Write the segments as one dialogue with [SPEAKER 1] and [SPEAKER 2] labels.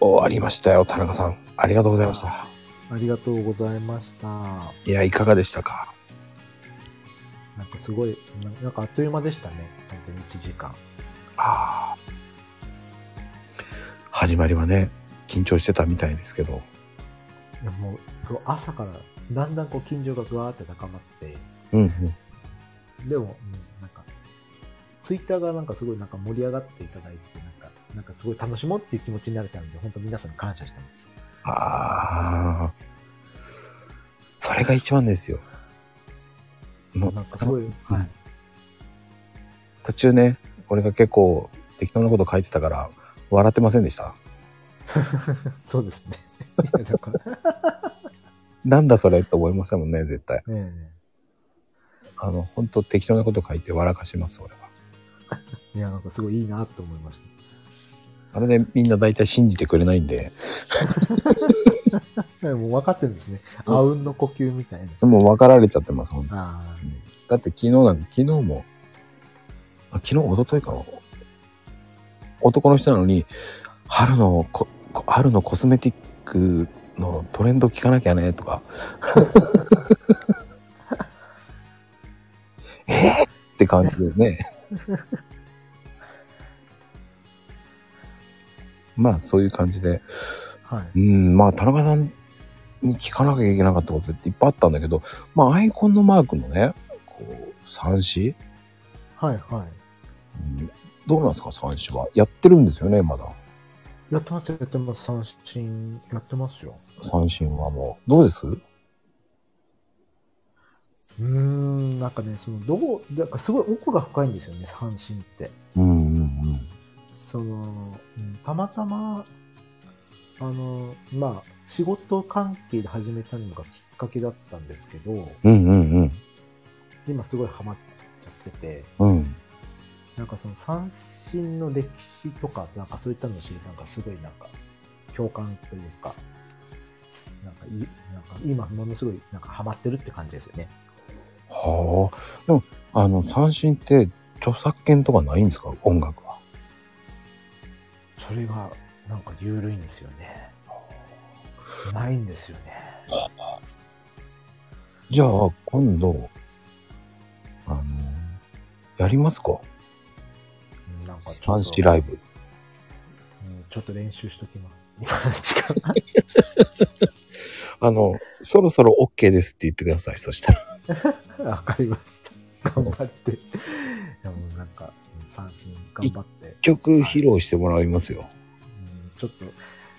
[SPEAKER 1] わりましたよ、田中さん。ありがとうございました。
[SPEAKER 2] ありがとうございました。ない
[SPEAKER 1] や、いかがでしたか
[SPEAKER 2] んかすごい、ななんかあっという間でしたね。本当に1時間。
[SPEAKER 1] ああ。始まりはね、緊張してたみたいですけど。
[SPEAKER 2] いやもう、そう朝から、だんだんこう、緊張がぐわーって高まって、
[SPEAKER 1] うんうん。
[SPEAKER 2] でも、うん、なんか、ツイッターがなんかすごいなんか盛り上がっていただいて、なんか、なんかすごい楽しもうっていう気持ちになれたんで、本当皆さんに感謝してます。
[SPEAKER 1] ああ。それが一番ですよ。もう
[SPEAKER 2] なんかすごい、はい。
[SPEAKER 1] 途中ね、俺が結構適当なこと書いてたから、笑ってませんでした
[SPEAKER 2] そうですね。い やだから
[SPEAKER 1] なんだそれって思いましたもんね、絶対。
[SPEAKER 2] え
[SPEAKER 1] あの、本当適当なこと書いて笑かします、俺は。
[SPEAKER 2] えいや、なんかすごいいいなと思いまし
[SPEAKER 1] あれでみんな大体信じてくれないんで、
[SPEAKER 2] た。でもう分かってるんですね。あうんの呼吸みたいな。
[SPEAKER 1] もう分かられちゃってます、本当
[SPEAKER 2] あ
[SPEAKER 1] だって昨日なんか、昨日も、あ昨日、一昨日かな。男の人なのに、春のこ、こ春のコスメティックのトレンド聞かなきゃね、とか。 えーって感じでね。 まあ、そういう感じで。
[SPEAKER 2] あ、はい。
[SPEAKER 1] うん、まあ、田中さんに聞かなきゃいけなかったことっていっぱいあったんだけど、まあ、アイコンのマークのね、こう、三子、
[SPEAKER 2] はい、はい。
[SPEAKER 1] うんどうなんですか、三子は。やってるんですよね、まだ。
[SPEAKER 2] やってます、やってます。三振、やってますよ。
[SPEAKER 1] 三振はもう。どうです
[SPEAKER 2] うーん、なんかね、その、どう、なんかすごい奥が深いんですよね、三振って。
[SPEAKER 1] うんうんうん。
[SPEAKER 2] その、うんたまたま、あの、まあ、仕事関係で始めたのがきっかけだったんですけど、
[SPEAKER 1] うんうん
[SPEAKER 2] 今すごいハマっちゃってて、
[SPEAKER 1] うん。うん。
[SPEAKER 2] なんかその三振の歴史とか、なんかそういったのを知れたのがすごいなんか、共感というか、なんかい、なんか今ものすごいなんかハマってるって感じですよね。
[SPEAKER 1] はあ。でも、あの、三振って著作権とかないんですか音楽は。
[SPEAKER 2] それがなんか緩いんですよね。ないんですよね。
[SPEAKER 1] じゃあ、今度、あの、やりますか
[SPEAKER 2] うんなんかち
[SPEAKER 1] 三
[SPEAKER 2] ょっ
[SPEAKER 1] 子
[SPEAKER 2] と、
[SPEAKER 1] ライブ。
[SPEAKER 2] うんちょっと練習しときます。 今の時間。
[SPEAKER 1] あの、そろそろ OK ですって言ってください、そしたら。
[SPEAKER 2] わかりました。頑張って。いやもうなんか、三振頑張って。
[SPEAKER 1] 一曲披露してもらいますよ。
[SPEAKER 2] うんちょっと、い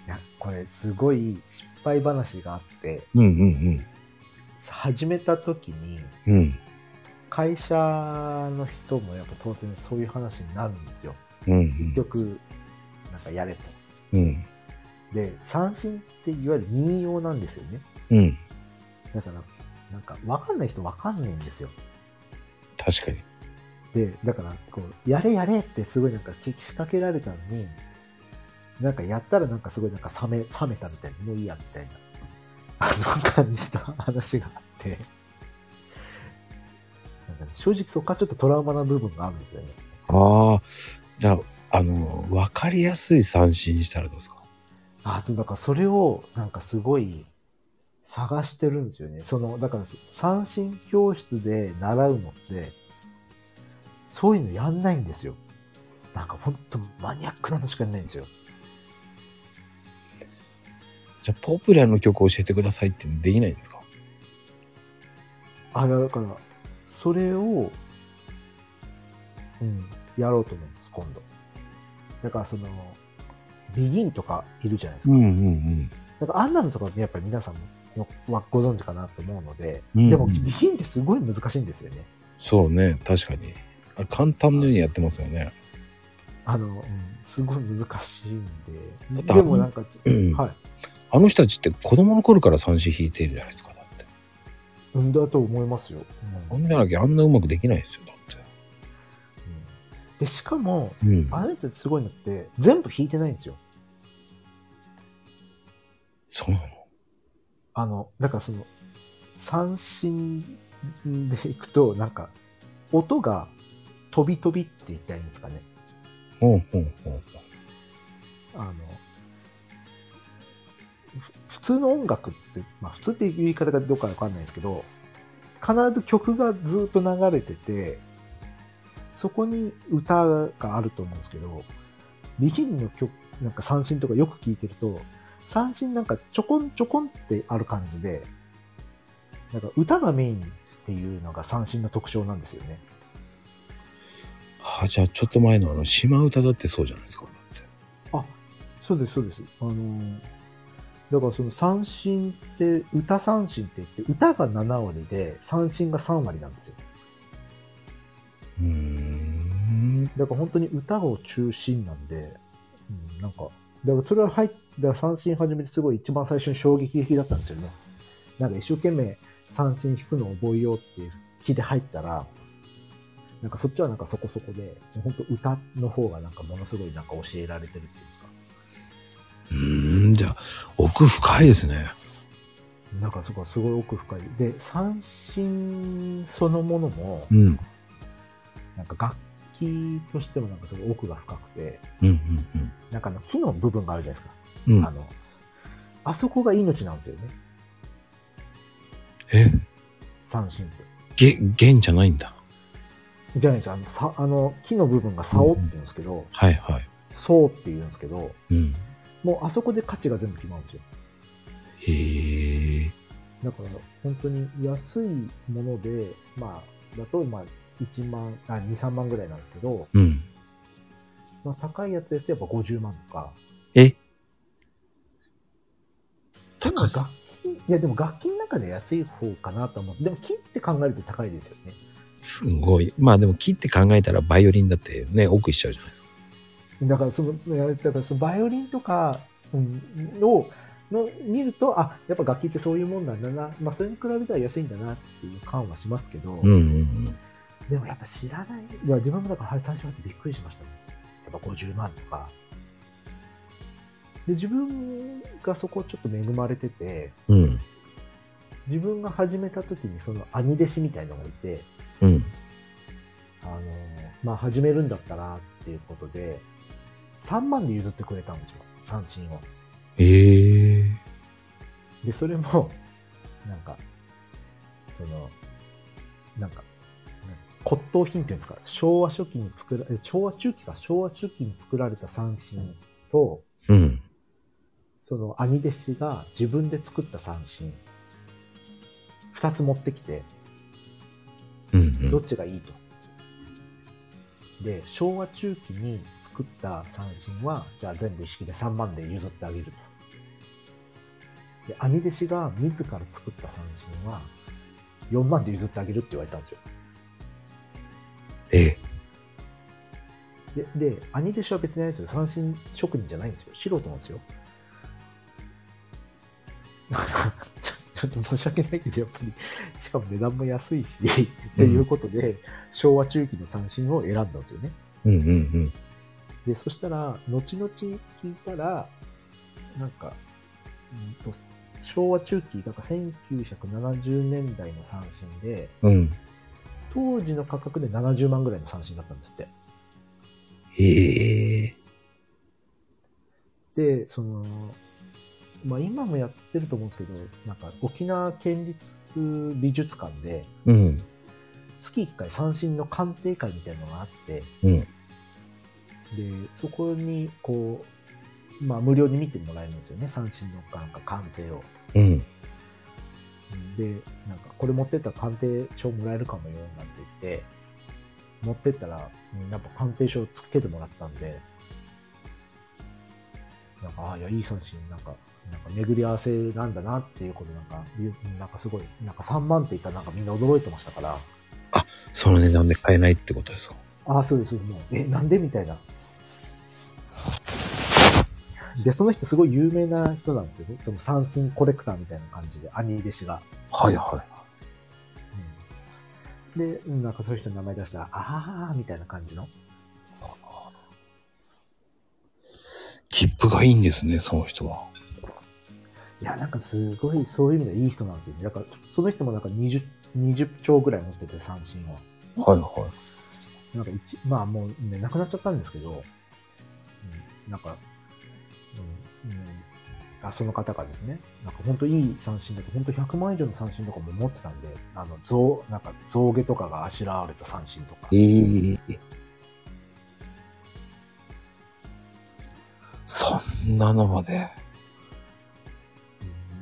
[SPEAKER 2] や、これすごい失敗話があって、
[SPEAKER 1] うんうん
[SPEAKER 2] 始めた時に、
[SPEAKER 1] うん。うん。
[SPEAKER 2] 会社の人もやっぱ当然そういう話になるんですよ。
[SPEAKER 1] うん
[SPEAKER 2] 結局、なんかやれと。
[SPEAKER 1] うん。うん。
[SPEAKER 2] で、三振っていわゆる民謡なんですよね。
[SPEAKER 1] うん。
[SPEAKER 2] だから、なんか、わかんない人わかんないんですよ。
[SPEAKER 1] 確かに。
[SPEAKER 2] で、だから、こう、やれやれってすごいなんかけ仕掛けられたのに、なんかやったらなんかすごいなんか冷め、冷めたみたいな、もういいやみたいな、あの感じた話があって、なんかね正直そこからちょっとトラウマな部分があるんですよね。
[SPEAKER 1] ああ、じゃあ、あの、わかりやすい三振にしたらどうですか
[SPEAKER 2] あ、そうだからそれをなんかすごい探してるんですよね。その、だから三振教室で習うのって、そういうのやんないんですよ。なんかほんとマニアックなのしかやんないんですよ。
[SPEAKER 1] じゃあ、ポプラの曲を教えてくださいってできないんですか
[SPEAKER 2] あ、いやだから、それを、うん、やろうと思うんです、今度。だから、その、ビギンとかいるじゃないですか。
[SPEAKER 1] んうん
[SPEAKER 2] だから、あんなのとかね、やっぱり皆さんもはご存知かなと思うので、
[SPEAKER 1] うん
[SPEAKER 2] でも、ビギンってすごい難しいんですよね。
[SPEAKER 1] そうね、確かに。あれ、簡単のようにやってますよね。
[SPEAKER 2] あの、うんすごい難しいん
[SPEAKER 1] だっ
[SPEAKER 2] で、
[SPEAKER 1] て
[SPEAKER 2] でもなんか、
[SPEAKER 1] うん
[SPEAKER 2] はい。
[SPEAKER 1] あの人たちって子供の頃から三振弾いてるじゃないですか、だって。
[SPEAKER 2] うんだと思いますよ。う
[SPEAKER 1] そ
[SPEAKER 2] ん
[SPEAKER 1] んじゃなきゃあんなうまくできないですよ、だっ
[SPEAKER 2] うんで、しかも、
[SPEAKER 1] て。うん
[SPEAKER 2] あの人すごいのって、全部弾いてないんですよ。
[SPEAKER 1] そうなの
[SPEAKER 2] あの、だからその、三振でいくと、なんか、音が、飛び飛びって言ったらいいんですかね。
[SPEAKER 1] ほうほうほうほう。
[SPEAKER 2] あの、普通の音楽って、まあ普通っていう言い方がどうかわかんないですけど、必ず曲がずっと流れてて、そこに歌があると思うんですけど、ビギンの曲、なんか三振とかよく聞いてると、三振なんかちょこんちょこんってある感じで、なんか歌がメインっていうのが三振の特徴なんですよね。
[SPEAKER 1] はあ、じゃあちょっと前のあの、島唄だってそうじゃないですか。だって
[SPEAKER 2] そうです、そうです。あのーだからその三振って、歌三振って言って、歌が7割で、三振が3割なんですよ。
[SPEAKER 1] うーん。
[SPEAKER 2] だから本当に歌を中心なんで、うん、なんか、だからそれは入っだから三振始めてすごい一番最初に衝撃的だったんですよね。なんか一生懸命三振弾くのを覚えようっていう気で入ったら、なんかそっちはなんかそこそこで、本当歌の方がなんかものすごいなんか教えられてるっていうか、
[SPEAKER 1] うーん、じゃあ、奥深いですね。
[SPEAKER 2] なんかそこはすごい奥深い。で、三振そのものも、
[SPEAKER 1] うん。うん、
[SPEAKER 2] なんか楽器としてもなんかすごい奥が深くて、
[SPEAKER 1] うん、
[SPEAKER 2] なんかあの木の部分があるじゃないですか。
[SPEAKER 1] うん。うん
[SPEAKER 2] あ。の、あそこが命なんですよね。
[SPEAKER 1] え、
[SPEAKER 2] 三振って。
[SPEAKER 1] げ、弦じゃないんだ。
[SPEAKER 2] じゃないですよあの、さ、あの、木の部分が竿って言うんですけど、
[SPEAKER 1] はいはい。
[SPEAKER 2] 竿って言うんですけど、
[SPEAKER 1] うん。
[SPEAKER 2] もうあそこで価値が全部決まるんですよ。
[SPEAKER 1] へえ。
[SPEAKER 2] だから、本当に安いもので、まあ、だと、まあ、1万、あ、2、3万ぐらいなんですけど、
[SPEAKER 1] うん。
[SPEAKER 2] まあ、高いやつですとやっぱ50万とか。
[SPEAKER 1] え
[SPEAKER 2] でも
[SPEAKER 1] 高さ
[SPEAKER 2] 楽器、いやでも楽器の中で安い方かなと思って、でも木って考えると高いです
[SPEAKER 1] すごい。まあでも木って考えたらバイオリンだってね、奥しちゃうじゃないですか。
[SPEAKER 2] よね。だからその、いやだからそのバイオリンとかうんを、の見ると、あ、やっぱ楽器ってそういうもんなんだな。まあそれに比べたら安いんだなっていう感はしますけど、
[SPEAKER 1] うんうん
[SPEAKER 2] でもやっぱ知らない。いや、自分もだからはい最初はびっくりしましたもん。やっぱ50万とか。で、自分がそこちょっと恵まれてて、
[SPEAKER 1] うん。うん。
[SPEAKER 2] 自分が始めた時にその兄弟子みたいのがいて、
[SPEAKER 1] うん。
[SPEAKER 2] あの、まあ始めるんだったらっていうことで、3万で譲ってくれたんですよ、三振を。
[SPEAKER 1] ええ。
[SPEAKER 2] で、それも、 なんか、その、なんか、骨董品っていうんですか、昭和初期に作ら、え昭和中期か、昭和中期に作られた三振と、
[SPEAKER 1] うん。
[SPEAKER 2] その兄弟子が自分で作った三振、二つ持ってきて、
[SPEAKER 1] うんう
[SPEAKER 2] ど
[SPEAKER 1] ん。
[SPEAKER 2] っちがいいと。で、昭和中期に作った三振は、じゃあ全部一式で3万で譲ってあげると。で、兄弟子が自ら作った三振は、4万で譲ってあげるって言われたんですよ。
[SPEAKER 1] え、
[SPEAKER 2] で、で兄弟子は別にあれですよ。三振職人じゃないんですよ。素人なんですよ。 だからちょちょっと申し訳ないけど、やっぱり、しかも値段も安いし、っていうことで、昭和中期の三振を選んだんですよね。
[SPEAKER 1] うんうんうん。
[SPEAKER 2] で、そしたら、後々聞いたら、なんか、うんと昭和中期、だから1970年代の三振で、
[SPEAKER 1] うん。
[SPEAKER 2] 当時の価格で70万ぐらいの三振だったんですっ
[SPEAKER 1] へえ。
[SPEAKER 2] て。で、その、まあ今もやってると思うんですけど、なんか沖縄県立美術館で、
[SPEAKER 1] うん。
[SPEAKER 2] 月1回三振の鑑定会みたいなのがあって、
[SPEAKER 1] うん。
[SPEAKER 2] で、そこに、こう、まあ無料で見てもらえるんですよね、三振のなんか鑑定を。
[SPEAKER 1] うん。
[SPEAKER 2] で、なんか、これ持ってったら鑑定書もらえるかもよ、なんて言って、持ってったら、うんやっぱ鑑定書つけてもらったんで、なんか、ああ、いや、いい三振、なんか、なんか巡り合わせなんだなっていうことなんか、ゆなんかすごい、なんか3万って言ったらなんかみんな驚いてましたから、
[SPEAKER 1] その値段で買えないってことですか。
[SPEAKER 2] ああ、そうです、そうですもう、え、なんでみたいな。で、その人すごい有名な人なんですよね。その三振コレクターみたいな感じで、兄弟子が。
[SPEAKER 1] はいは
[SPEAKER 2] うんで、うんなんかそういう人の名前出したら、あーみたいな感じの。
[SPEAKER 1] い。切符がいいんですね、その人は。
[SPEAKER 2] いや、なんかすごい、そういう意味ではいい人なんですよね。だから、その人もなんか20、20兆ぐらい持ってて、三振を。
[SPEAKER 1] はいは
[SPEAKER 2] なんか一、まあもうね、亡くなっちゃったんですけど、うん、なんか、うん、うんあその方がですね、なんか本当いい三振だけど、本当100万以上の三振とかも持ってたんで、あの、象、なんか象牙とかがあしらわれた三振とか。
[SPEAKER 1] ええそんなのまで。
[SPEAKER 2] うん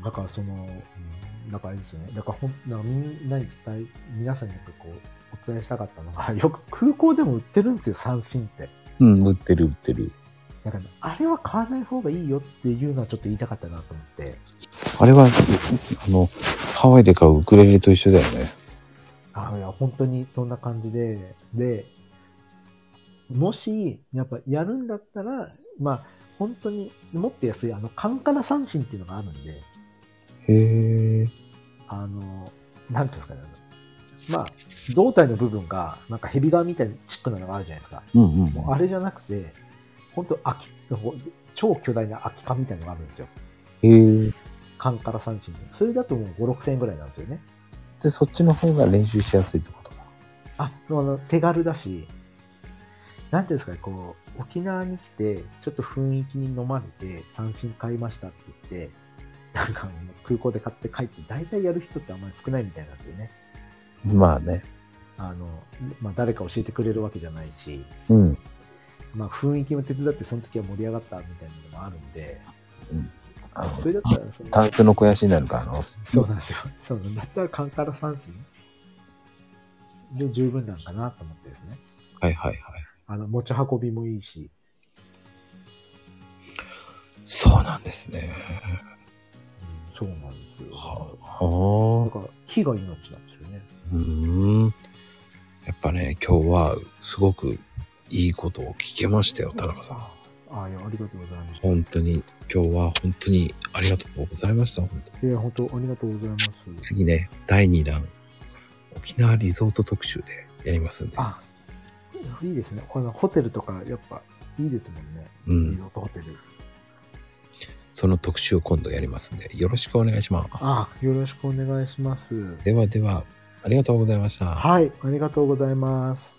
[SPEAKER 2] だからその、うんだからあれですよね。だからほん、だからみんなに伝え、皆さんになんかこう、お伝えしたかったのが、 よく空港でも売ってるんですよ、三振って。
[SPEAKER 1] うん、売ってる売ってる。
[SPEAKER 2] だから、あれは買わない方がいいよっていうのはちょっと言いたかったなと思って。
[SPEAKER 1] あれは、あの、ハワイで買うウクレレと一緒だよね。
[SPEAKER 2] あいや、本当にそんな感じで、で、もし、やっぱやるんだったら、まあ、本当に、もっと安い、あの、カンカラ三振っていうのがあるんで、
[SPEAKER 1] へえ。
[SPEAKER 2] あの、なんていうんですかね、あのまあ、胴体の部分が、なんかヘビ側みたいなチックなのがあるじゃないですか。
[SPEAKER 1] うんうん
[SPEAKER 2] もうあれじゃなくて、本当空き、超巨大な空き缶みたいなのがあるんですよ。
[SPEAKER 1] うん。へえ。
[SPEAKER 2] 缶から三振で。それだともう5、6千円ぐらいなんですよね。
[SPEAKER 1] で、そっちの方が練習しやすいってことか。
[SPEAKER 2] あ、そうあの手軽だし、なんていうんですかね、こう、沖縄に来て、ちょっと雰囲気に飲まれて、三振買いましたって言って、なんかあの空港で買って帰って、大体やる人ってあんまり少ないみたいなんですよね。
[SPEAKER 1] まあね。
[SPEAKER 2] あの、まあ誰か教えてくれるわけじゃないし、
[SPEAKER 1] うん。
[SPEAKER 2] まあ雰囲気も手伝って、その時は盛り上がったみたいなのもあるんで、
[SPEAKER 1] あの
[SPEAKER 2] それだったらその、
[SPEAKER 1] タンスの肥やしになるから、あの、
[SPEAKER 2] そうなんですよ。そうなんです。だったらカンカラ三振で十分なんかなと思ってですね。
[SPEAKER 1] はいはいはい。
[SPEAKER 2] あの、持ち運びもいいし。
[SPEAKER 1] そうなんですね。
[SPEAKER 2] うん、そうなんですよ。
[SPEAKER 1] は
[SPEAKER 2] だから、火が命なんですよね。
[SPEAKER 1] うーん。やっぱね、今日はすごくいいことを聞けましたよ、田中さん。
[SPEAKER 2] ああ、いや、ありがとうございました。
[SPEAKER 1] 本当に、今日は本当にありがとうございました。本当に
[SPEAKER 2] いや、本当ありがとうございます。
[SPEAKER 1] 次ね、第2弾、沖縄リゾート特集でやりますんで。
[SPEAKER 2] あ、いいですね。このホテルとか、やっぱ、いいですもんね。
[SPEAKER 1] う
[SPEAKER 2] リ
[SPEAKER 1] ん。
[SPEAKER 2] ゾートホテル。
[SPEAKER 1] その特集を今度やりますんで、よろしくお願いします。
[SPEAKER 2] ああ、よろしくお願いします。
[SPEAKER 1] ではでは、ありがとうございました。
[SPEAKER 2] はい、ありがとうございます。